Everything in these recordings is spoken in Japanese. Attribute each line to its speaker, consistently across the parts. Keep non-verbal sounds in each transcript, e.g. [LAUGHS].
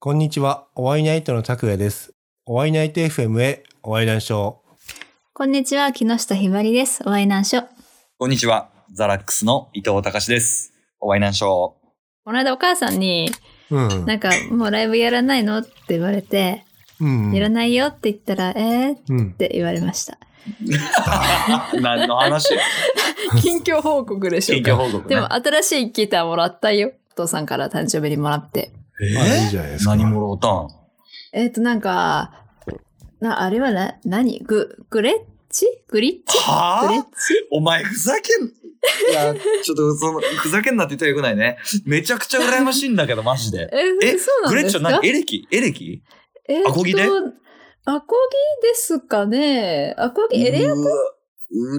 Speaker 1: こんにちは。お会いナイトの拓也です。お会いナイト FM へお会い談笑。
Speaker 2: こんにちは、木下ひばりです。お会いなんしょ。
Speaker 3: こんにちは。ザラックスの伊藤隆です。お会いなんしょ
Speaker 2: この間お母さんに、
Speaker 1: うん。
Speaker 2: なんか、もうライブやらないのって言われて、
Speaker 1: うん。
Speaker 2: やらないよって言ったら、えーっ
Speaker 1: うん。
Speaker 2: て言われました。
Speaker 3: う。何の話や
Speaker 2: 近況報告でしょ
Speaker 3: [LAUGHS] 近
Speaker 2: う
Speaker 3: 況
Speaker 2: か。
Speaker 3: 報告
Speaker 2: [LAUGHS]
Speaker 3: ね。
Speaker 2: でも、新しいギターもらったよ。お父さんから誕生日にもらって。
Speaker 1: あ、いい
Speaker 3: え
Speaker 1: じゃないですか。
Speaker 3: 何もろうたん
Speaker 2: えーっと、なんか、な、あれはな、何グ、グレッチグリッチ
Speaker 3: は
Speaker 2: グレッ
Speaker 3: ぁ
Speaker 2: チ
Speaker 3: お前ふざけん。いや、ちょっとその、ふざけんなって言ったらよくないね。めちゃくちゃ羨ましいんだけど、マジで。
Speaker 2: え
Speaker 3: え
Speaker 2: そうな
Speaker 3: グ
Speaker 2: ん
Speaker 3: レッ
Speaker 2: です
Speaker 3: チョ何
Speaker 2: か
Speaker 3: エレキエレキ
Speaker 2: えーっと
Speaker 3: アコギで
Speaker 2: アコギですかねアコギ、エレア
Speaker 3: うわ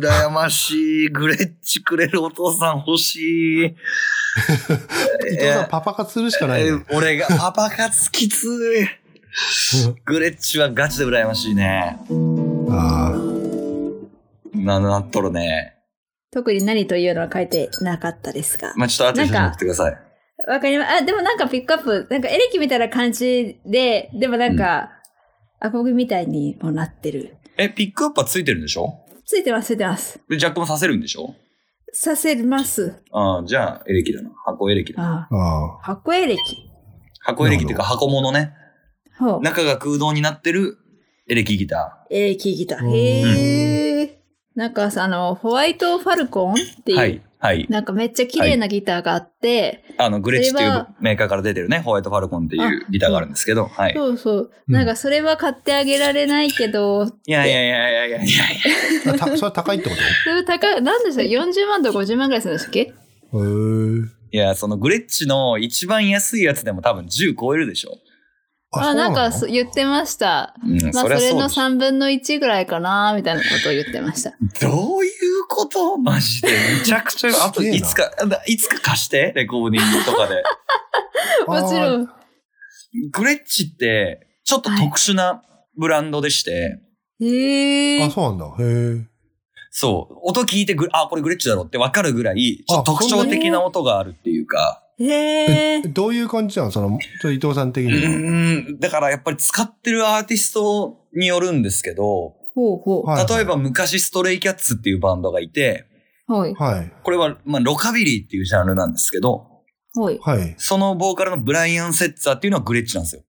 Speaker 3: 羨ましい。グレッチくれるお父さん欲しい。
Speaker 1: 伊藤さん、パパ活するしかないね。
Speaker 3: え俺がパパ活きつい。グレッチはガチで羨ましいね。
Speaker 1: ああ。
Speaker 3: な、なっとるね。
Speaker 2: 特に何というのは書いてなかったですが。
Speaker 3: まあ、ちょっと後で
Speaker 2: なん
Speaker 3: 送
Speaker 2: か
Speaker 3: ってください。
Speaker 2: わかります。あ、でもなんかピックアップ、なんかエレキみたいな感じで、でもなんか、アコギみたいにもなってる。
Speaker 3: え、ピックアップはついてるんでしょ
Speaker 2: ついてます、ついてます。
Speaker 3: で、ジャックもさせるんでしょ
Speaker 2: させます。
Speaker 3: ああ、じゃあ、エレキだな。箱エレキだ。
Speaker 2: あ
Speaker 1: あ
Speaker 2: あ箱エレキ。
Speaker 3: 箱エレキっていうか箱物ね。
Speaker 2: ほう。
Speaker 3: 中が空洞になってるエレキギタ
Speaker 2: エレキギタ
Speaker 1: うん
Speaker 2: ー。へえ。なんかさ、あの、ホワイトファルコンっていう、
Speaker 3: ー。はい。はい。
Speaker 2: なんかめっちゃ綺麗なギターがあって、
Speaker 3: あの、グレッチってい
Speaker 2: それ
Speaker 3: う
Speaker 2: は
Speaker 3: メーカーから出てるね、ホワイトファルコンっていうギターがあるんですけど、はい。
Speaker 2: そうそう。
Speaker 1: うん
Speaker 2: なんかそれは買ってあげられないけど、
Speaker 3: いやいやいやいやいやいやい
Speaker 1: あ。たそれは高いってこ
Speaker 2: それ高い、なんでしたっけ ?40 万とか50万ぐらいするんですっけ
Speaker 3: [LAUGHS]
Speaker 1: とへー
Speaker 3: や、いやそのグレッチの一番安いやつでも多分10超えるでしょ。
Speaker 2: あ、なんかそ
Speaker 1: そう
Speaker 2: 言ってました。
Speaker 3: うん、
Speaker 2: まあ、
Speaker 3: そ
Speaker 2: そ
Speaker 3: りゃ
Speaker 2: れ
Speaker 3: そう
Speaker 2: の
Speaker 3: でしょ
Speaker 2: 3分の1ぐらいかな、みたいなことを言って
Speaker 1: [LAUGHS]
Speaker 2: ました。
Speaker 3: どういうことマジで。めちゃくちゃ、あ
Speaker 1: す
Speaker 3: と
Speaker 1: げえない
Speaker 3: つか、あいつか貸して、レコーディングとかで。 [LAUGHS]
Speaker 1: あー
Speaker 2: もちろん。
Speaker 3: グレッチって、ちょっと特殊なブランドでして、
Speaker 2: へえ。
Speaker 1: あ、そうなんだ。へえ。
Speaker 3: そう、音聞いてグレあ、これグレッチだろってわかるぐらい、ちょっと
Speaker 1: あ
Speaker 3: 特
Speaker 1: そんな
Speaker 2: に
Speaker 3: 徴的な音があるっていうか、
Speaker 2: へえ。
Speaker 1: どういう感じなのその、ちょっと伊藤さん的
Speaker 3: う
Speaker 1: に。
Speaker 3: ーん、だからやっぱり使ってるアーティストによるんですけど、
Speaker 2: ほうほ
Speaker 1: はいはい
Speaker 3: 例えば昔ストレイキャッツっていうバンドがいて、
Speaker 2: う。はい。
Speaker 1: はい。
Speaker 3: これは、まあ、ロカビリーっていうジャンルなんですけど、
Speaker 2: はい。
Speaker 1: はい。
Speaker 3: そのボーカルのブライアン・セッツァーっていうのはグレッチなんですよ。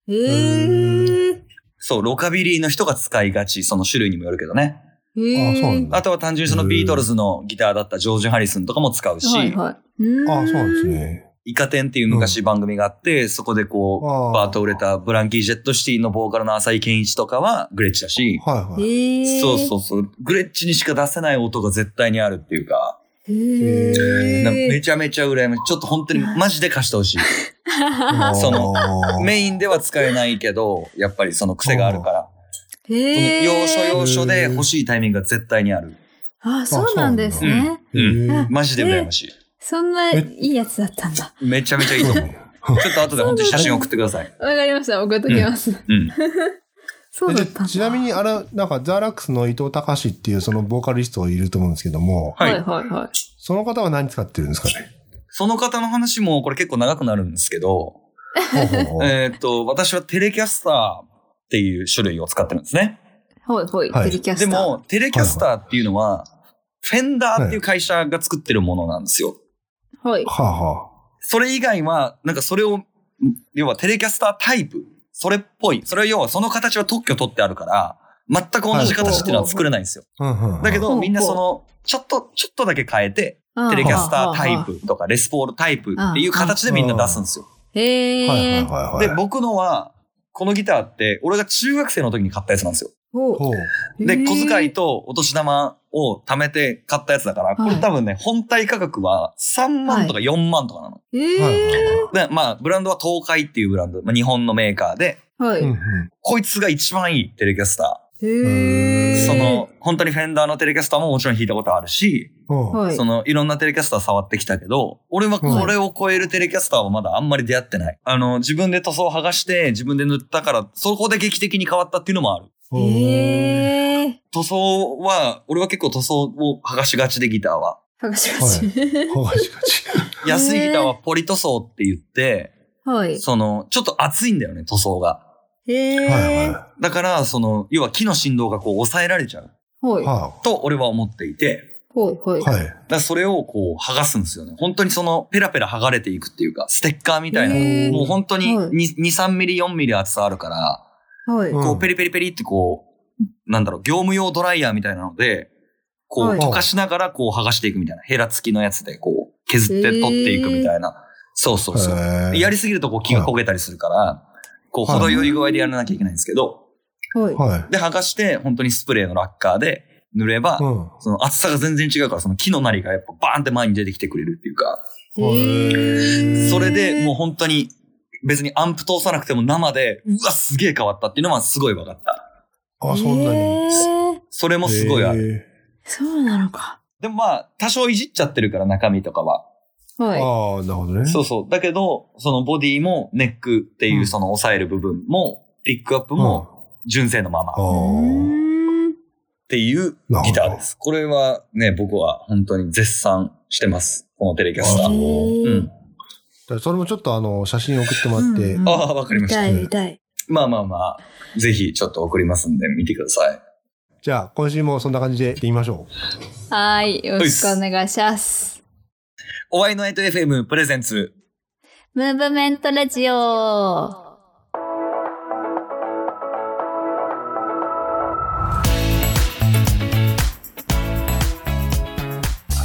Speaker 2: へえ。
Speaker 3: そう、ロカビリーの人が使いがち、その種類にもよるけどね。
Speaker 2: へ
Speaker 1: あ、そうなん
Speaker 2: え。
Speaker 1: だ。
Speaker 3: あとは単純にそのビートルズのギターだったジョージ・ハリスンとかも使うし、
Speaker 2: はいはい。うーん
Speaker 1: あ、そうなんです。ね。
Speaker 3: イカ天っていう昔番組があって、そこでこう、
Speaker 1: あー
Speaker 3: バーと売れたブランキー・ジェットシティのボーカルの浅井健一とかはグレッチだし、
Speaker 1: はいはい。
Speaker 2: へえ。
Speaker 3: そうそうそう、グレッチにしか出せない音が絶対にあるっていうか、
Speaker 2: う。へ
Speaker 3: なめ
Speaker 2: え。
Speaker 3: ちゃめちゃ羨ましい。ちょっと本当にマジで貸してほし
Speaker 1: [LAUGHS]
Speaker 3: い。その
Speaker 1: の
Speaker 3: メインでは使えないけど、やっぱりその癖があるから、その
Speaker 2: へえ。
Speaker 3: 要所要所で欲しいタイミングが絶対にある。
Speaker 2: あ、そうなんですね。
Speaker 3: うん。
Speaker 1: へー
Speaker 3: マジで羨ましい。
Speaker 2: そんないいやつだったんだ。
Speaker 3: めちゃめちゃいい [LAUGHS] と思う。ちょっと後で本当に写真送ってください。
Speaker 2: わかりました。送っときます。
Speaker 3: うん。
Speaker 2: そうだ
Speaker 1: で
Speaker 2: ったんだ。
Speaker 1: ちなみに、あれ、なんか、ザラックスの伊藤隆っていうそのボーカリストいると思うんですけども、
Speaker 2: は
Speaker 3: はいい
Speaker 2: はいはい。
Speaker 1: その方は何使ってるんですかね
Speaker 3: その方の話もこれ結構長くなるんですけど、
Speaker 1: ほうほうほう
Speaker 3: えーっと、私はテレキャスターっていう種類を使ってるんですね。
Speaker 2: ほいほい、
Speaker 1: はい
Speaker 2: テレキャスタ
Speaker 3: で
Speaker 2: ー。
Speaker 3: も、テレキャスターっていうのは、フェンダーっていう会社が作ってるものなんですよ。
Speaker 2: はい。
Speaker 1: はあは
Speaker 3: それ以外は、なんかそれを、要はテレキャスタータイプ、それっぽい。それは要はその形は特許取ってあるから、全く同じ形っていうのは作れないんですよ。
Speaker 1: あ。うんうんうん
Speaker 3: だ
Speaker 2: ほ
Speaker 3: け
Speaker 2: う
Speaker 3: ど、
Speaker 2: ほう
Speaker 3: みんなその、ちょっと、ちょっとだけ変えて、テレキャスタータイ
Speaker 2: プ。
Speaker 3: プとかレスポールタイプっていう形でみんな出すんですよ。
Speaker 2: へ
Speaker 1: はいはいは
Speaker 2: え。
Speaker 1: いはい。
Speaker 3: で、僕のは、このギターって、俺が中学生の時に買ったやつなんですよ。
Speaker 2: ほ
Speaker 1: ほう。
Speaker 2: う
Speaker 3: で、小遣い。とお年玉を貯めて買ったやつだから、これ多分ね、本体価格は3万とか4万とかなの。
Speaker 2: へ
Speaker 1: はい
Speaker 2: ー
Speaker 3: で、まあ、ブランドは東海っていうブランド、まあ、日本のメーカーで、
Speaker 2: は
Speaker 1: はいはいうん
Speaker 2: い。
Speaker 1: うん
Speaker 3: こいつが一番いいテレキャスタ
Speaker 2: へ
Speaker 1: へ
Speaker 3: ー。
Speaker 1: ー
Speaker 2: え。
Speaker 3: その、本当にフェンダーのテレキャスターももちろん弾いたことあるし、
Speaker 1: うん
Speaker 2: はい。
Speaker 3: その、いろんなテレキャスター触ってきたけど、俺はこれを超えるテレキャスターはまだあんまり出会ってない。あの、自分で塗装剥がして、自分で塗ったから、そこで劇的に変わったっていうのもある。
Speaker 1: へ
Speaker 2: へえ。
Speaker 3: 塗装は、俺は結構塗装を剥がしがちでギターは。
Speaker 2: はがしがし。
Speaker 1: ー。はがしがち。
Speaker 3: 安いギターはポリ塗装って言って、
Speaker 2: はい。
Speaker 3: その、ちょっと熱いんだよね、塗装が。
Speaker 2: へえ。
Speaker 1: はいは。
Speaker 3: だから、その、要は木の振動がこう抑えられちゃう
Speaker 2: はいい。
Speaker 1: は
Speaker 3: と俺は思っていて、
Speaker 2: はい。
Speaker 1: い。
Speaker 2: はい。
Speaker 1: はい。
Speaker 3: だからそれをこう剥がすんですよね。本当にそのペラペラ剥がれていくっていうか、ステッカーみたいな。
Speaker 2: へー
Speaker 3: もう本当に
Speaker 2: はい
Speaker 3: 2、3ミリ、4ミリ厚さあるから、
Speaker 2: はい。
Speaker 1: うん
Speaker 3: こうペリペリペリってこう、なんだろう、業務用ドライヤーみたいなので、こう
Speaker 2: はい
Speaker 3: 溶かしながらこう剥がしていくみたいな。ヘラ付きのやつでこう削って取っていくみたいな。そうそうそう。
Speaker 1: へー
Speaker 3: やりすぎるとこう木が焦げたりするから、こう
Speaker 1: はい
Speaker 3: 程よい具合でやらなきゃいけないんですけど、
Speaker 2: はい。
Speaker 1: はい。
Speaker 3: で剥がして本当にスプレーのラッカーで塗れば、
Speaker 1: うん。
Speaker 3: その厚さが全然違うから、その木のなりがやっぱバーンって前に出てきてくれるっていうか、
Speaker 2: へー
Speaker 3: それでもう本当に別にアンプ通さなくても生で、うわ、すげえ変わったっていうのはすごい分かった。
Speaker 1: あ、そんなに。
Speaker 2: へー
Speaker 3: それもすごいある。
Speaker 1: る。
Speaker 2: そうなのか。
Speaker 3: でもまあ、多少いじっちゃってるから中身とかは。
Speaker 2: はい。
Speaker 1: ああ、なるほどね。
Speaker 3: そうそう。だけど、そのボディもネックっていううんその抑える部分も、ピックアップ
Speaker 1: うん。
Speaker 3: も純正のまま
Speaker 1: あ
Speaker 3: っ
Speaker 1: ー
Speaker 2: うーん
Speaker 3: ていうギターです。これはね、僕は本当に絶賛してます。このテレキャスタ
Speaker 1: あ
Speaker 3: ー。
Speaker 1: ー
Speaker 2: へ
Speaker 3: う
Speaker 2: ー
Speaker 3: ん。
Speaker 1: だからそれもちょっとあの、写真送ってもらって
Speaker 2: うんう、ん
Speaker 3: ああ、わかりま
Speaker 2: 見
Speaker 3: した。
Speaker 2: たい見たい。
Speaker 3: まあまあまあ、ぜひちょっと送りますんで見てください。
Speaker 1: じゃあ今週もそんな感じで行ってみましょ
Speaker 2: はい。よろしくお願いします。
Speaker 3: おワイのエイト FM プレゼンツ。
Speaker 2: ムーブメントラジオ。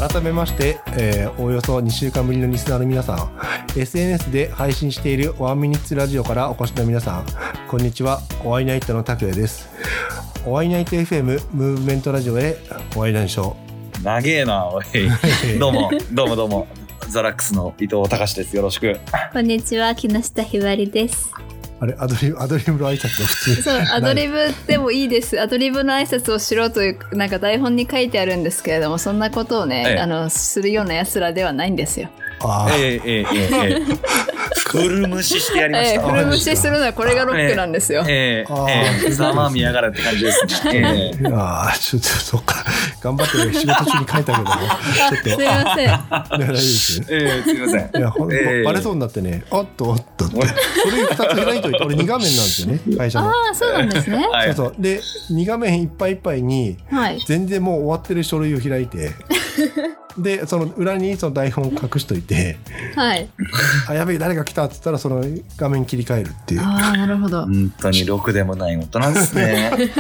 Speaker 1: う。改めまして、えーおおよそ2週間ぶりのリスナーの皆さん、SNS で配信しているワンミニッツラジオからお越しの皆さん、こんにちは、お会いナイトの拓也です。お会いナイト FM ムーブメントラジオへお会いなんでしょ
Speaker 3: 長えな、おい。
Speaker 1: う。
Speaker 3: どうも、どうもどうも。ザラックスの伊藤隆です。よろしく。
Speaker 2: こんにちは、木下ひばりです。
Speaker 1: あれ、アドリブ、アドリブの挨拶の普通。
Speaker 2: そう、アドリブでもいいです。アドリブの挨拶をしろという、なんか台本に書いてあるんですけれども、そんなことをね、
Speaker 3: ええ
Speaker 2: あの、するような奴らではないんですよ。
Speaker 1: ああ、
Speaker 3: ええええええ
Speaker 2: [LAUGHS]
Speaker 3: ええ。フル無視してやりまし
Speaker 2: ええ、
Speaker 3: た。
Speaker 2: これ無視するのはこれがロックなんですよ。
Speaker 3: ええ
Speaker 1: あー
Speaker 3: ええざまあ見やがらって感じですね。ええ
Speaker 1: ああ、ちょっと、そっか。頑張って仕事中に書いたけども、ちょっ
Speaker 2: す
Speaker 1: と
Speaker 2: い、ません。
Speaker 1: いや大丈夫ですよ。
Speaker 3: ええすみません
Speaker 1: い。や、ほんと、
Speaker 3: ええ
Speaker 1: バレそうになってね、おっとおっとって。それ2つ開いといて、俺2画面なんですよね、会社
Speaker 2: あ
Speaker 1: の。
Speaker 2: あ、そうなんですね。
Speaker 3: は
Speaker 1: そう
Speaker 3: い。
Speaker 1: そう。で、2画面いっぱいいっぱいに、
Speaker 2: はい。
Speaker 1: 全然もう終わってる書類を開い
Speaker 2: [LAUGHS]
Speaker 1: て、で、その裏にその台本隠しとい
Speaker 2: [LAUGHS]
Speaker 1: て、
Speaker 2: はい。
Speaker 1: あ、やべえ、誰が来たって言ったら、その画面切り替えるっていう。
Speaker 2: ああ、なるほど。
Speaker 3: 本当にろくでもない大人ですね。
Speaker 2: [LAUGHS]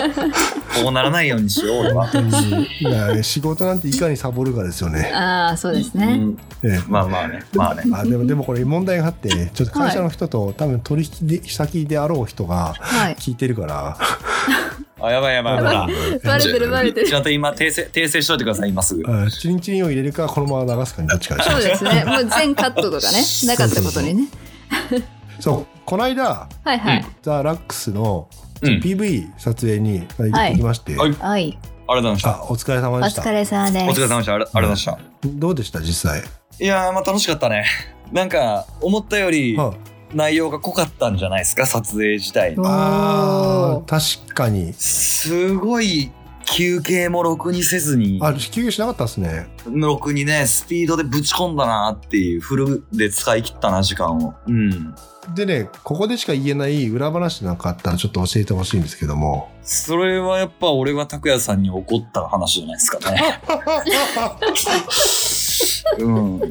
Speaker 3: こうならないようにしよう、俺は。
Speaker 1: いや仕事なんていかにサボるかですよね。
Speaker 2: ああ、そうです
Speaker 3: う
Speaker 2: ね。
Speaker 3: ん
Speaker 1: ええ
Speaker 3: まあまあね、まあね。
Speaker 1: あ
Speaker 2: [LAUGHS]
Speaker 1: でもでもこれ問題があってちょっと会社の人と、多分取引先であろう人が
Speaker 2: はい。
Speaker 1: 聞いてるから
Speaker 3: あ、やばいやばいやばい。
Speaker 2: バレてるバレてる
Speaker 3: ち。ゃんと今、訂正、訂正しといてください、今すぐ。
Speaker 1: うんチリンチリンを入れるかこのまま流すかにどっちかでしょ
Speaker 2: そうですね。もう全カットとかね、なかったことにね。
Speaker 1: そうこの間
Speaker 2: はいはい。
Speaker 1: ザ・ラックスの
Speaker 3: うん。
Speaker 1: PV 撮影に行ってきまして、
Speaker 3: はい
Speaker 2: はい。
Speaker 3: ありがとうございました。
Speaker 1: あお疲れ様
Speaker 2: お
Speaker 1: でした
Speaker 2: 疲れ様です。
Speaker 3: お疲れ様でした。ありありがとうございまし
Speaker 1: どうでした実際、
Speaker 3: た。いやー、まあ楽しかったね。なんか、思ったより
Speaker 1: は
Speaker 3: 内容が濃かったんじゃないですか、撮影自体。
Speaker 1: あ
Speaker 2: お
Speaker 1: あ
Speaker 2: ー
Speaker 1: ー確かに
Speaker 3: すごい休憩もろくにせずに、
Speaker 1: あ休憩しなかったですね
Speaker 3: ろくにね、スピードでぶち込んだなっていう、フルで使い切ったな、時間を。うん。
Speaker 1: でねここでしか言えない裏話なんかあったらちょっと教えてほしいんですけど
Speaker 3: [LAUGHS]
Speaker 1: も
Speaker 3: それはやっぱ俺が拓也さんに怒った話じゃないですかね。うん。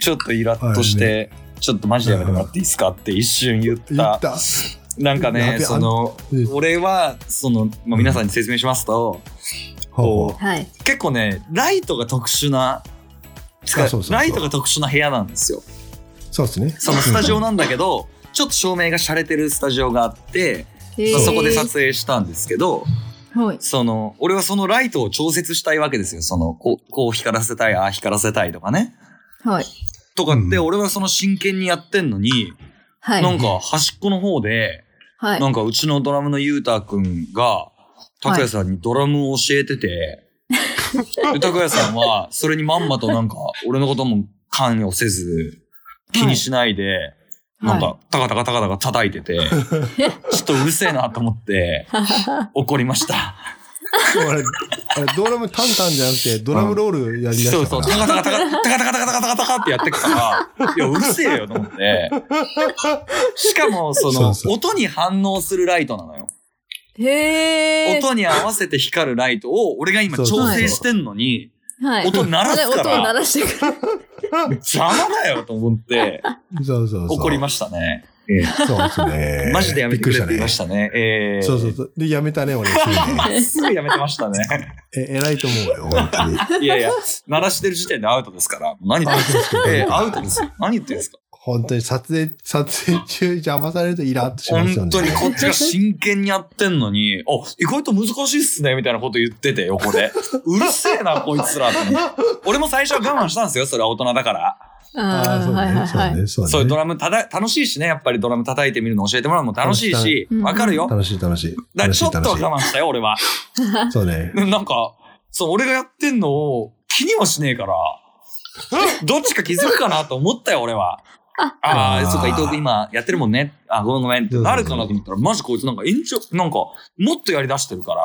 Speaker 3: ちょっとイラッとして、ちょっとマジでやめてもらっていいですかって一瞬言っ。
Speaker 1: 言ったた
Speaker 3: なんか
Speaker 1: や
Speaker 3: ね、
Speaker 1: べ
Speaker 3: その、
Speaker 1: うん
Speaker 3: 俺は、その、まあ、皆さんに説明しますと、こ
Speaker 2: はい。
Speaker 3: う、結構ね、ライトが特殊な、つ
Speaker 1: あ
Speaker 3: か
Speaker 1: そうそうそう
Speaker 3: ライトが特殊な部屋なんですよ。
Speaker 1: そうですね
Speaker 3: そのスタジ
Speaker 1: [LAUGHS]
Speaker 3: オなんだけど、ちょっと照明が洒落てるスタジオがあって、まあそこで撮影したんですけど、
Speaker 2: 影。はい。
Speaker 3: その、俺はそのライトを調節したいわけですよ。その、こう、こう光らせたい、ああ光らせたいとかね。
Speaker 2: はい。
Speaker 3: とかって、
Speaker 1: うん
Speaker 3: 俺はその真剣にやってんのに、
Speaker 2: は
Speaker 3: なん
Speaker 2: い。
Speaker 3: か端っこの方で、
Speaker 2: はい
Speaker 3: な。んかうちのドラムのゆうたくんが、拓也さんにドラムを教えてて、で拓也さんはそれにまんまとなんか、俺のことも関与せず、気にしないで、なんか、タカタカタカタカ叩いてて、ちょっとうるせえなと思って、怒りました。
Speaker 1: 俺、俺ドラムタンタンじゃなくて、ドラムロールやりだ
Speaker 3: そう
Speaker 1: した
Speaker 3: そ
Speaker 1: か
Speaker 3: う、
Speaker 1: ら。
Speaker 3: タカタカタカタカタカタカタカタカタカってやってくから、いや、うるせえよと思って。しかも、そ
Speaker 1: そ
Speaker 3: の
Speaker 1: う、そう
Speaker 3: 音に反応するライトなのよ。
Speaker 2: へえ。
Speaker 3: 音に合わせて光るライトを、俺が今
Speaker 1: そうそう
Speaker 3: 調整してんのに、
Speaker 2: はい。
Speaker 3: 音鳴らす
Speaker 2: 音
Speaker 3: か
Speaker 2: を鳴
Speaker 3: ら、
Speaker 2: らしてくる。
Speaker 3: 邪魔だよと思って、
Speaker 1: そうそうそう。
Speaker 3: 怒りま
Speaker 1: し
Speaker 3: したね。
Speaker 1: た。そうですね。。
Speaker 3: マジでやめてくれって言いましたたね。ええ
Speaker 1: そうそうそう。で、やめたね、俺。すぐね
Speaker 3: すぐやめてましたね。
Speaker 1: え、偉いと思うよ、本当に。
Speaker 3: いやいや、鳴らしてる時点でアウトですから。何言ってるんですかええアウトですよ。何言ってるんですか
Speaker 1: 本当に撮影、撮影中邪魔されるとイラッとしますよ
Speaker 3: 本
Speaker 1: ね。
Speaker 3: 当にこっちが真剣にやってんのに、あ、意外と難しいっすね、みたいなこと言ってて、横で。うるせえな、こいつら。と思って俺も最初は我慢したんですよ、それは大人だから。
Speaker 1: [LAUGHS] ああ、
Speaker 2: あ
Speaker 1: そ
Speaker 2: あ、
Speaker 1: う
Speaker 2: はいはい
Speaker 1: ね、そう
Speaker 2: はい。
Speaker 1: ね、そうね。
Speaker 3: そういうドラムただ、楽しいしね、やっぱりドラム叩いてみるの教えてもらうのも楽しいし
Speaker 2: 楽しい、。
Speaker 3: わかるよ。だか
Speaker 1: 楽しい楽しい。
Speaker 3: ら
Speaker 1: 楽し
Speaker 3: ちょ
Speaker 1: い
Speaker 3: っとは
Speaker 1: 楽し
Speaker 3: 我慢したよ、俺は。
Speaker 1: い。そうね。
Speaker 3: なんか、そう、俺がやってんのを気にもしねえから、 [LAUGHS] どっちか気づくかなと思ったよ、俺は。ああ、そうか、伊藤君今やってるもんね。あ、ごめんごめんってなるかなと思ったら、マジこいつなんか延長、なんか、もっとやり出してるから、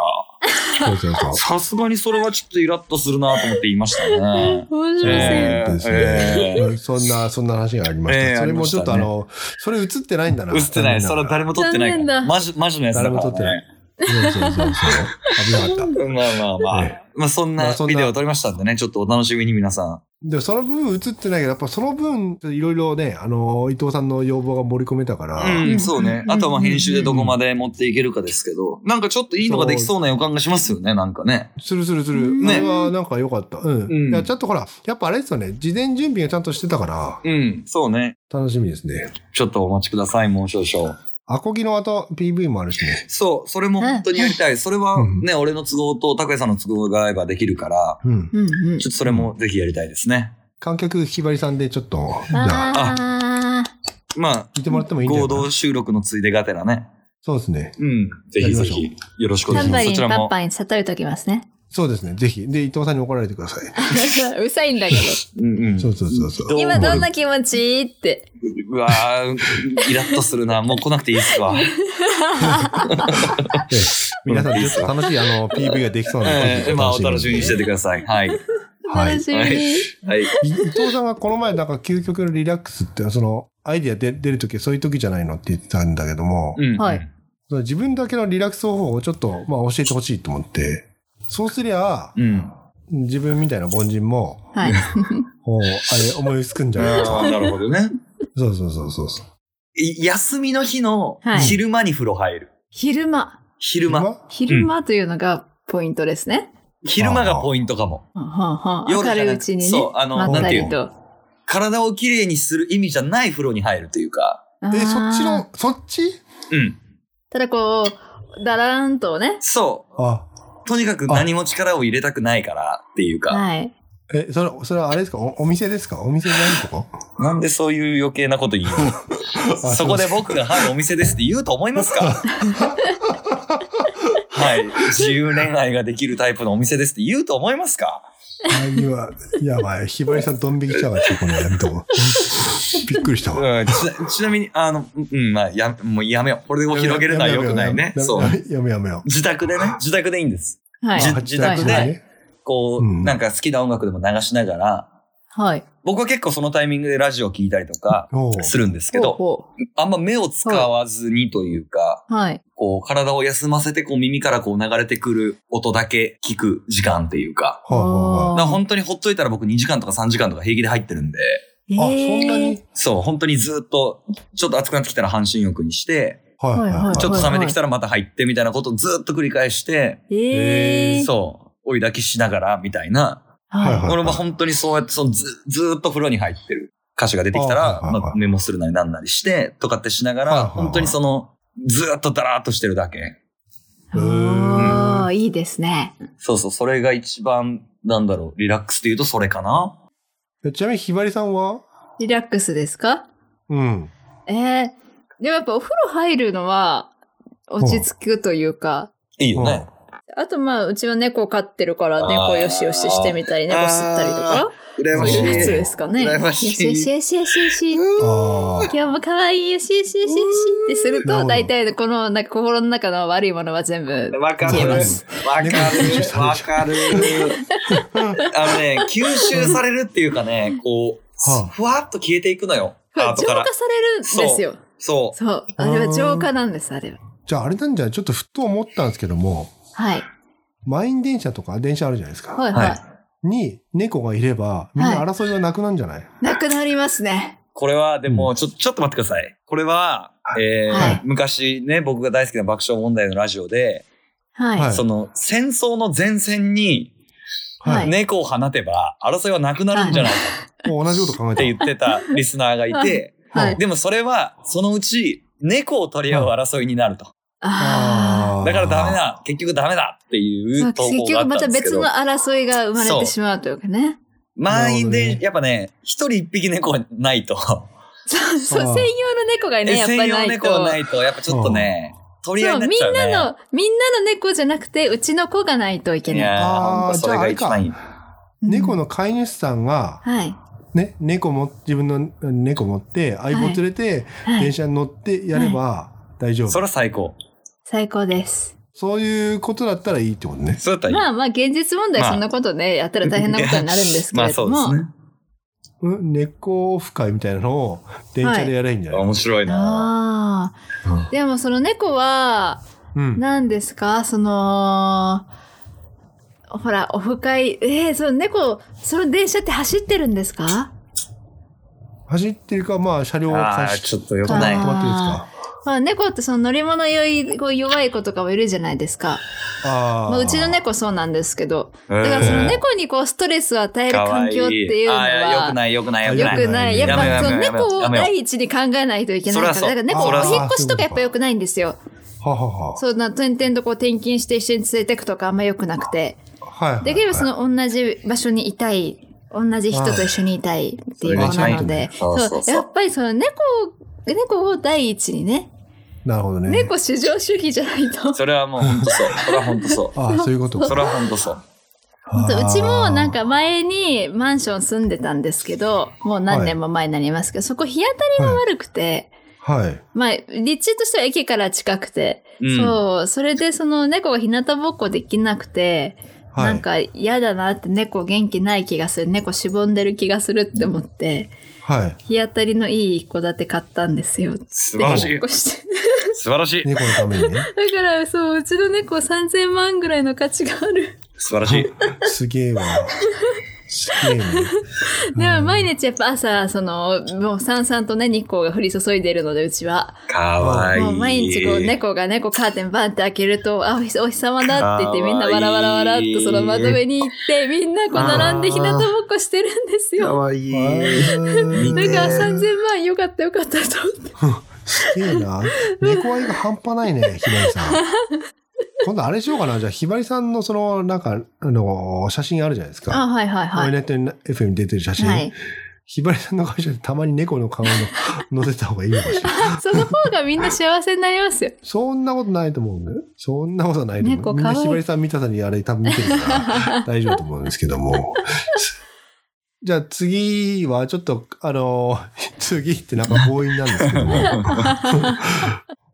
Speaker 1: そうそうそう。
Speaker 3: さすがにそれはちょっとイラッとするなと思って言いました
Speaker 1: [LAUGHS]
Speaker 3: ね
Speaker 2: 面白そう。
Speaker 3: え
Speaker 1: 本当です
Speaker 3: ええ
Speaker 1: ね。そんな、そんな話がありまし
Speaker 3: ええ
Speaker 1: た。それもちょっと
Speaker 3: あ
Speaker 1: あ
Speaker 3: りま
Speaker 1: の、それ映ってないんだな。
Speaker 3: 映ってない。そ
Speaker 1: 残念が
Speaker 3: れは
Speaker 1: ら
Speaker 3: 誰も撮ってない
Speaker 2: 残
Speaker 3: か
Speaker 2: 念
Speaker 3: ら。
Speaker 2: だ
Speaker 3: マジ、マジのやつだから、ね。
Speaker 1: 誰も撮ってないそうそうそうそう。危なかった。
Speaker 3: まあまあまあ。
Speaker 1: え
Speaker 3: まあそん
Speaker 1: ま
Speaker 3: な
Speaker 1: あそんな
Speaker 3: ビデオを撮りましたんでね、ちょっとお楽しみに皆さん。
Speaker 1: でもその部分映ってないけど、やっぱその分、いろいろね、あの、伊藤さんの要望が盛り込めたから、
Speaker 3: うん、そうね。あとはまあ
Speaker 2: うん
Speaker 3: 編集でどこまで持っていけるかですけど、なんかちょっといいのができそうな予感がしますよね、なんかね。
Speaker 1: するするする。
Speaker 2: ね
Speaker 1: あれはなんか良かった。うん。
Speaker 3: うん
Speaker 1: いや、ちょっとほら、やっぱあれですよね、事前準備がちゃんとしてたから、
Speaker 3: うん、そうね。
Speaker 1: 楽しみですね。
Speaker 3: ちょっとお待ちください、もう少々。
Speaker 1: アコギの後、PV もあるしね。
Speaker 3: そう、それも本当にやりたい。それは
Speaker 1: うん
Speaker 3: ね、俺の都合と拓也さんの都合が合えばできるから、
Speaker 1: うん。
Speaker 2: うんうん
Speaker 3: ちょっとそれもぜひやりたいですね。
Speaker 1: 観客ひばりさんでちょっと、じゃあ、
Speaker 2: ああ。
Speaker 3: ま
Speaker 1: 聞いてもらっても
Speaker 3: あ、
Speaker 1: いいんじゃな
Speaker 3: 合
Speaker 1: いかな
Speaker 3: 同収録のついでがてらね。
Speaker 1: そうですね。
Speaker 3: うん、ぜひぜ
Speaker 1: やり
Speaker 3: ひよろしくお
Speaker 2: タ
Speaker 3: 願い
Speaker 2: ン
Speaker 3: しま
Speaker 2: バリン、
Speaker 3: す。そちら
Speaker 2: パン
Speaker 3: も
Speaker 2: パ。ンに悟いておきますね。
Speaker 1: そうですね。ぜひ。で、伊藤さんに怒られてください。
Speaker 2: うさいんだけ
Speaker 3: [LAUGHS]
Speaker 2: ど。
Speaker 3: うんうん
Speaker 1: そうそうそうそう。
Speaker 3: どう
Speaker 2: 今どんな気持ちって。
Speaker 3: うわーイラッとするな。もう来なくていいっ [LAUGHS] すわ。
Speaker 1: ええ皆さん、ちょっと楽しい、あの、PV ができそうなので、
Speaker 3: え
Speaker 1: ぜ
Speaker 3: ー
Speaker 1: ひ
Speaker 3: まあ、お楽しみにしててください。はい。
Speaker 1: はい
Speaker 2: 楽しみに。
Speaker 3: はい。
Speaker 1: い伊藤さんがこの前、なんか、究極のリラックスって、その、アイディアで出るとき、そういうときじゃないのって言ってたんだけども、
Speaker 3: うん
Speaker 2: はい。
Speaker 1: その自分だけのリラックス方法をちょっと、まあ、教えてほしいと思って、そうすりゃ、
Speaker 3: うん。
Speaker 1: 自分みたいな凡人も、
Speaker 2: はい。
Speaker 1: こう、あれ、思いつくんじゃないか
Speaker 3: あーなるほどね。
Speaker 1: と。そうそうそうそうそう。
Speaker 3: い休みの日の
Speaker 2: はい
Speaker 3: 昼間に風呂入る。
Speaker 2: 昼間。
Speaker 3: 昼間。
Speaker 1: 今
Speaker 2: 昼間というのがポイントですね。
Speaker 3: 昼間がポイントかも。
Speaker 2: はんはんはん
Speaker 3: 夜じ
Speaker 2: 明
Speaker 3: ゃなく
Speaker 2: るいうちにね。
Speaker 3: そうあの
Speaker 2: まったりと。
Speaker 3: 体をきれいにする意味じゃない風呂に入るというか。
Speaker 1: え、そっち
Speaker 2: あー
Speaker 1: の、そっち
Speaker 3: うん。
Speaker 2: ただこう、だらーんとね。
Speaker 3: そ
Speaker 1: あ、
Speaker 3: う。とにかく何も力を入れたくないからっていうか。
Speaker 2: はい。
Speaker 1: え、それ、それはあれですかおお店ですかお店じゃないとこ
Speaker 3: なんでそういう余計なこと
Speaker 1: [LAUGHS]
Speaker 3: 言うのそこで僕が、はい、お店ですって言うと思いま
Speaker 1: [LAUGHS]
Speaker 3: すかはい。自由恋愛ができるタイプのお店ですって言うと思いますか
Speaker 1: あ今、やばい。ひばりさん、ドン引きちゃうわ、ちょっとこのやめと
Speaker 3: [LAUGHS]
Speaker 1: こう。びっくりしたわ。
Speaker 3: うんちなちなみに、あの、うん、まあ、や、もうやめよう。これを広げるのは良くないね。そう。
Speaker 1: [LAUGHS] やめやめよ
Speaker 3: 自宅でね、自宅でいいんです。
Speaker 1: う。
Speaker 2: はい
Speaker 3: じ。
Speaker 1: あ
Speaker 3: 自宅で
Speaker 1: はいね
Speaker 3: こう、
Speaker 1: うん
Speaker 3: なんか好きな音楽でも流しながら、
Speaker 2: はい。
Speaker 3: 僕は結構そのタイミングでラジオ聞いたりとか
Speaker 1: おう
Speaker 3: するんですけ
Speaker 2: ほう
Speaker 3: ど、
Speaker 2: ほ
Speaker 3: あんま目を使わずにというか、
Speaker 2: う。はい。
Speaker 3: こう、体を休ませて、こう、耳からこう流れてくる音だけ聞く時間っていうか、
Speaker 1: はあはあはあ
Speaker 2: あ
Speaker 3: だから本当にほっといたら僕2時間とか3時間とか平気で入ってるんで、
Speaker 2: え
Speaker 1: あ、そんなに
Speaker 3: そう、本当にずっと、ちょっと暑くなってきたら半身浴にして、
Speaker 1: はいはいはい。
Speaker 3: ちょっと冷めてきたらまた入ってみたいなことをずっと繰り返して、
Speaker 2: ええー。
Speaker 3: そう、追い抱きしながらみたいな、
Speaker 1: はいはい
Speaker 3: これは本当にそうやってそのずずーっと風呂に入ってる歌詞が出てきたら、
Speaker 1: あはいはいはい
Speaker 3: まあメモするなりなんなりしてとかってしながら、
Speaker 1: はいはいはい
Speaker 3: 本当にそのずーっとダラーっとしてるだけ
Speaker 2: あーいいですね。
Speaker 3: そうそうそれが一番なんだろうリラックスで言うとそれかな
Speaker 1: えちなみにひばりさんは
Speaker 2: リラックスですか
Speaker 1: うん。
Speaker 2: ええでもやっぱお風呂入るのは落ち着くというか、
Speaker 3: いいよね、
Speaker 2: あとまあ、うちは猫飼ってるから、猫よしよししてみたり、猫吸ったりとか、
Speaker 3: 羨
Speaker 2: そ
Speaker 3: ま
Speaker 2: う
Speaker 3: し
Speaker 2: いうやつ
Speaker 3: い
Speaker 2: で。すかね。
Speaker 3: 羨ましい
Speaker 2: よしよしよしよしよし。
Speaker 1: ああ。
Speaker 2: 今日も可愛いよしよしよしよしってする
Speaker 1: なるほ
Speaker 2: と、
Speaker 1: ど
Speaker 2: 大体この、なんか心の中の悪いものは全部
Speaker 3: わか
Speaker 2: 消え
Speaker 3: る。わ
Speaker 2: ま
Speaker 3: か
Speaker 2: す。
Speaker 3: る。わ
Speaker 2: [LAUGHS]
Speaker 3: かる。あのね、吸収されるっていうかね、こ
Speaker 1: はあ
Speaker 3: う、ふわっと消えていくのよ。
Speaker 2: これ
Speaker 3: ハート
Speaker 2: 浄
Speaker 3: から
Speaker 2: 化。されるんですよ。
Speaker 3: そ
Speaker 2: そう。あれは浄化なんです、あれは。
Speaker 1: じゃああれなんじゃないちょっとふと思ったんですけども、
Speaker 2: はい。
Speaker 1: 満員電車とか電車あるじゃないですか。
Speaker 2: はい
Speaker 3: は
Speaker 2: はい
Speaker 3: い。
Speaker 1: に猫がいれば、みんな争いはなくなるんじゃない、
Speaker 2: なくなりますね。
Speaker 3: これは、でも、ちょ、ちょっと待ってください。これは、えー
Speaker 2: はい
Speaker 3: 昔ね、僕が大好きな爆笑問題のラジオで、
Speaker 2: はい。
Speaker 1: はい
Speaker 3: その、戦争の前線に
Speaker 2: はい
Speaker 3: 猫を放てば、争いはなくなるんじゃないか
Speaker 1: もう同じこと考え
Speaker 3: って
Speaker 1: て
Speaker 3: 言
Speaker 1: る。
Speaker 3: ってたリスナーがいて、
Speaker 2: はい。
Speaker 3: でもそれは、そのうち、猫を取り合う争いになると。
Speaker 2: あ
Speaker 1: ー
Speaker 3: だからダメ。だ、結局ダメだってい
Speaker 2: あ。
Speaker 3: う投
Speaker 2: 結
Speaker 3: 稿があ
Speaker 2: 局
Speaker 3: っ
Speaker 2: ま
Speaker 3: た
Speaker 2: た
Speaker 3: んですけ
Speaker 2: 別
Speaker 3: ど
Speaker 2: の、争いが生まれ
Speaker 3: そう
Speaker 2: てしまうというかね。
Speaker 3: 満員
Speaker 1: なるほど
Speaker 3: で
Speaker 1: ね、
Speaker 3: やっぱね、一人一匹猫はないと。
Speaker 2: そう、そう、専
Speaker 1: あ
Speaker 2: 用
Speaker 1: ー
Speaker 2: の猫 [LAUGHS] がね、やっぱ
Speaker 3: 専
Speaker 2: りな
Speaker 3: 用
Speaker 2: い
Speaker 3: 猫は
Speaker 2: と。
Speaker 3: ないと、やっぱちょっとね、取り合い
Speaker 2: そ
Speaker 3: に
Speaker 2: う、
Speaker 3: なっ
Speaker 2: み
Speaker 3: ちゃうんね。
Speaker 2: なの、みんなの猫じゃなくて、うちの子がないといけ
Speaker 3: い
Speaker 2: ない。
Speaker 3: やー、
Speaker 1: あー
Speaker 3: ほんとそれが一番いい。
Speaker 2: うん
Speaker 1: 猫。の飼い主さんが、
Speaker 2: はい。
Speaker 1: ね、猫も、自分の猫持って、相棒連れて、
Speaker 2: は
Speaker 1: 電
Speaker 2: い。
Speaker 1: 車に乗ってやれば大丈夫。
Speaker 3: それは最高。
Speaker 2: 最高です。
Speaker 1: そういうことだったらいいってことね。
Speaker 3: そうだったらいい。
Speaker 2: まあまあ、現実問題
Speaker 3: まあ
Speaker 2: そんなことね、やったら大変なことになるんですけ
Speaker 3: [LAUGHS] まあ
Speaker 2: れ
Speaker 3: そ
Speaker 2: ど
Speaker 3: うです
Speaker 2: も。
Speaker 3: ね。
Speaker 1: うん猫オフ会みたいなのを電車でやればいいんじゃない、
Speaker 3: 面白いな
Speaker 2: ああ。でもその猫は、
Speaker 1: うん。
Speaker 2: 何ですかその、ほら、オフ会、えー、その猫、その電車って走ってるんですか
Speaker 1: 走ってるか、まあ、車両を
Speaker 3: あ
Speaker 1: 差
Speaker 3: あ、
Speaker 1: し
Speaker 3: ち
Speaker 1: て
Speaker 3: ょっとよく
Speaker 1: 止ま
Speaker 3: ない。
Speaker 1: ってるんですか。
Speaker 2: まあ、猫ってその乗り物酔いこう弱い子とかもいるじゃないですか。
Speaker 1: ああ。
Speaker 2: まあ、うちの猫そうなんですけど。だ
Speaker 3: だ
Speaker 2: からその猫にこうストレスを与える環境っていうの
Speaker 3: よく
Speaker 2: は、
Speaker 3: ない、よくない、よ
Speaker 1: あー良
Speaker 2: 良
Speaker 3: くない
Speaker 2: く。ない。
Speaker 1: 良
Speaker 2: や
Speaker 1: く
Speaker 2: っ
Speaker 1: ない
Speaker 2: ぱその
Speaker 3: やめよう
Speaker 2: 猫を
Speaker 3: やめよう
Speaker 2: 第一に考えないといけないから。
Speaker 3: そりゃそ
Speaker 2: だか
Speaker 3: う
Speaker 2: ら猫、
Speaker 3: そ
Speaker 2: お
Speaker 3: りゃそう
Speaker 2: 引っ越しとかやっぱ良くないんですよ。
Speaker 1: ははは。
Speaker 2: そうな、点々とこう転勤して一緒に連れてくとかあんま良くなくて。
Speaker 1: はいはい。
Speaker 2: できればその同じ場所にいたい、同じ人と一緒にいたいっていうことなので、
Speaker 3: それが一番いいと思うそうそうそう
Speaker 2: やっぱりその猫を、猫を第一にね、
Speaker 1: なるほどね。
Speaker 2: 猫至上主義じゃないと。
Speaker 3: それはもう本当そう。それは本
Speaker 2: [LAUGHS]
Speaker 3: 当そ
Speaker 1: ああ、そういうこと
Speaker 3: う。
Speaker 1: か。
Speaker 3: それは本当そう。
Speaker 2: 本当うちもなん
Speaker 1: か。
Speaker 2: か前にマンション住んでたんですけど、もう何年も前になりますけど、そこ日当たりが悪くて、
Speaker 1: はい。
Speaker 2: まあ、立地としては駅から近くて、
Speaker 3: うん
Speaker 2: そう、それでその猫が日向ぼっこできなくて、
Speaker 1: はい。
Speaker 2: なんか嫌だなって猫元気ない気がする、猫しぼんでる気がするって思って、
Speaker 1: はい。
Speaker 2: 日当たりのいい一戸建て買ったんですよ。
Speaker 3: 素晴らし
Speaker 2: で引
Speaker 3: い
Speaker 2: っ。越して
Speaker 3: 素晴らしい。
Speaker 1: 猫のためにね。
Speaker 2: [LAUGHS] だから、そう、うちの猫3000万ぐらいの価値がある。
Speaker 3: 素晴らしい。 [LAUGHS]
Speaker 1: すげえわ。すげえね。
Speaker 2: でも毎日やっぱ朝、その、もうさんさんとね、日光が降り注いでいるので、うちは。
Speaker 3: かわいい。
Speaker 2: もう毎日こう、猫が猫カーテンバンって開けると、あ、お日お日様だって言って、みんなわらわらわらっとその窓辺に行って、みんなこう並んで日向ぼっこしてるんです
Speaker 3: か
Speaker 2: よ。
Speaker 3: わ [LAUGHS] いい。
Speaker 2: だ
Speaker 1: 見
Speaker 2: か
Speaker 1: て
Speaker 2: ら3000万よかったよかったと思って。
Speaker 1: すげえな。猫愛が半端ないね、ひばり
Speaker 2: [LAUGHS]
Speaker 1: さん。今度あれしようかな。じゃあ、ひばりさんのその、なんか、あの、写真あるじゃないです
Speaker 2: あ、
Speaker 1: か。
Speaker 2: はいは
Speaker 1: ワ
Speaker 2: いは
Speaker 1: イ
Speaker 2: い。
Speaker 1: ナイト FM に出てる写真。
Speaker 2: はい。
Speaker 1: ひばりさんの会社でたまに猫の顔の載せた方がいいのかしら。
Speaker 2: その方がみんな幸せになりますよ。
Speaker 1: そんなことないと思うんだよ。そんなことないと思う。
Speaker 2: 猫
Speaker 1: みんな
Speaker 2: 可愛い
Speaker 1: ひばりさん見たさにあれ多分見てる
Speaker 3: [LAUGHS]
Speaker 1: から大丈夫と思うんですけども。じゃあ次はちょっと、あの、 [LAUGHS] 次ってなんか強引なんですけども。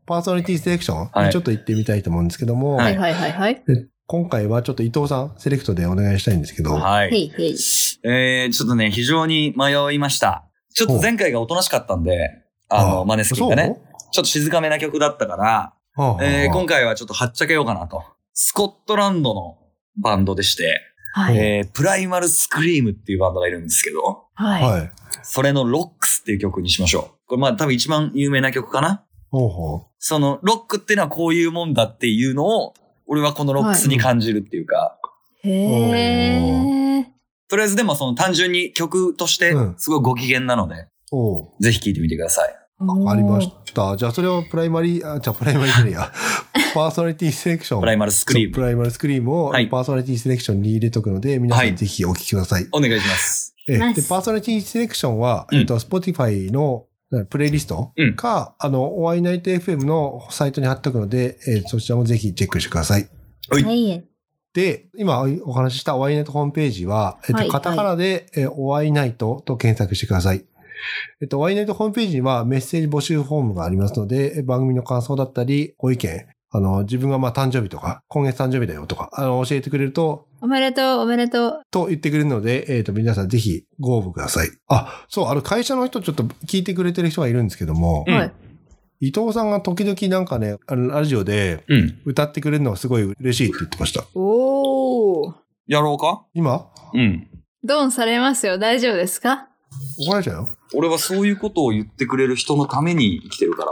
Speaker 1: パーソナリティセレクション
Speaker 3: は
Speaker 1: に
Speaker 3: い
Speaker 1: ちょっと行ってみたいと思うんですけども、
Speaker 3: は
Speaker 2: はいいはいはいはい。
Speaker 1: 今回はちょっと伊藤さんセレクトでお願いしたいんですけど、
Speaker 3: は
Speaker 2: へ
Speaker 3: い。
Speaker 2: いへい。
Speaker 3: えー、ちょっとね、非常に迷いました。ちょっと前回がおとなしかったんで、あの、マネスキンがね、ちょっと静かめな曲だったから、
Speaker 1: そう。ああ
Speaker 3: えー今回はちょっとはっちゃけようかなと。スコットランドのバンドでして、
Speaker 2: はい。
Speaker 3: えープライマルスクリームっていうバンドがいるんですけど、
Speaker 2: はい。
Speaker 1: はい。
Speaker 3: それのロックスっていう曲にしましょう。これまあ多分一番有名な曲かな。
Speaker 1: ほうほう
Speaker 3: そのロックっていうのはこういうもんだっていうのを、俺はこのロックスに感じるっていうか、
Speaker 2: へー。
Speaker 3: とりあえずでもその単純に曲として
Speaker 1: うん
Speaker 3: すごいご機嫌なので、
Speaker 1: おう
Speaker 3: ぜひ聴いてみてください。
Speaker 1: わかりまし
Speaker 2: おー。
Speaker 1: た。じゃあ、それをプライマリー、あ、じゃあ、プライマリーじゃねえ
Speaker 3: [LAUGHS]
Speaker 1: や。パーソナリティセレクション。
Speaker 3: プライマルスクリー
Speaker 1: プ
Speaker 3: ム。
Speaker 1: ライマルスクリームを
Speaker 3: はい
Speaker 1: パーソナリティセレクションに入れとくので、皆さ
Speaker 3: は
Speaker 1: ん
Speaker 3: い
Speaker 1: ぜひお聞きください。
Speaker 3: お願いします。
Speaker 1: ええ
Speaker 2: ナイス
Speaker 1: で、パーソナリティセレクションは、
Speaker 3: うん
Speaker 1: えっと、Spotify のプレイリスト
Speaker 3: うん
Speaker 1: か、あの、お会いナイト FM のサイトに貼っておくので、えーそちらもぜひチェックしてください。
Speaker 3: はい
Speaker 2: はい。
Speaker 1: で、今お話ししたお会いナイトホームページは、えっと、
Speaker 2: はい
Speaker 1: カタカナで、えーお会いナイトと検索してください。えっと、お会いナイトホームページにはメッセージ募集フォームがありますので、え番組の感想だったり、ご意見、あの、自分がまあ誕生日とか、今月誕生日だよとか、あの、教えてくれると、
Speaker 2: おめでとう、おめでとう。
Speaker 1: と言ってくれるので、えっ、と、皆さんぜひご応募ください。あ、そう、あの、会社の人ちょっと聞いてくれてる人がいるんですけども、
Speaker 3: うん
Speaker 2: はい。
Speaker 1: 伊藤さんが時々なんかね、あのラジオで
Speaker 3: うん。
Speaker 1: 歌ってくれるのがすごい嬉しいって言ってました。
Speaker 2: おお。
Speaker 3: やろうか
Speaker 1: 今
Speaker 3: うん。
Speaker 2: ドンされますよ。大丈夫ですか
Speaker 1: 怒られちゃうよ。
Speaker 3: 俺はそういうことを言ってくれる人のために生きてる [LAUGHS] から。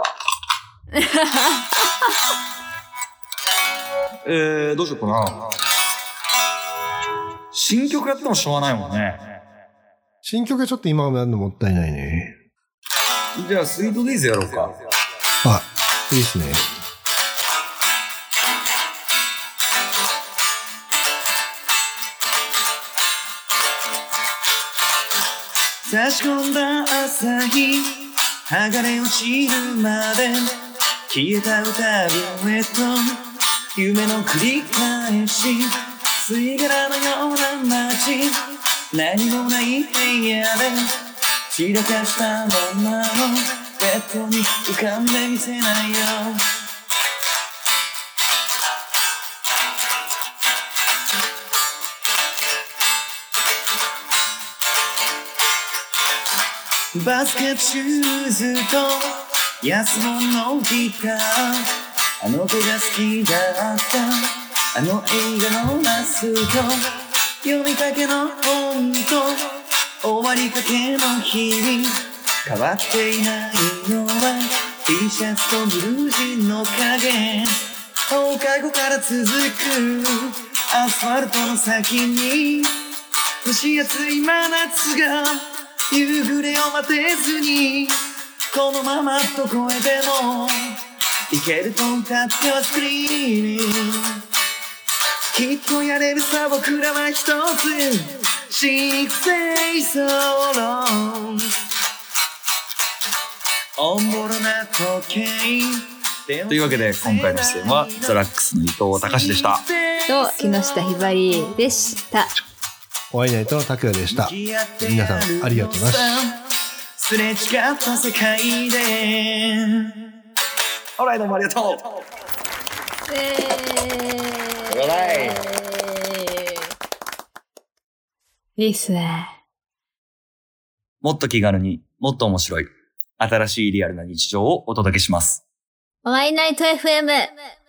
Speaker 3: えー、どうしようかな。新曲やってもしょうがないもんね。
Speaker 1: 新曲はちょっと今やるのもったいないね。
Speaker 3: じゃあ、スイートデイズやろうか。
Speaker 1: あ、いいですね。
Speaker 4: 差し込んだ朝日剥がれ落ちるまで消えた歌声と夢の繰り返し吸い殻のような街何もない部屋で散らかしたままのベッドに浮かんでみせないよバスケシューズと安物のギターあの子が好きだったあの映画のラスト読みかけの本と終わりかけの日々変わっていないのは T シャツとブルージンの影放課後から続くアスファルトの先に蒸し暑い真夏が夕暮れを待てずにこのままどこへでも行けると歌ってはスクリーンきっとやれるさ僕らは一つシックセイソロンおもろな時計
Speaker 3: というわけで、今回の出演は、ザラックスの伊藤隆でした。
Speaker 2: と、木下ひばりでした。
Speaker 1: お会いナイトの拓也でした。皆
Speaker 4: 皆
Speaker 1: さんありがとうございます
Speaker 4: すれ違った世界でオーライどうもありがとう
Speaker 2: え
Speaker 3: オーライ
Speaker 2: いいっすね。
Speaker 3: もっと気軽にもっと面白い、新しいリアルな日常をお届けします。
Speaker 2: ワイナイト FM。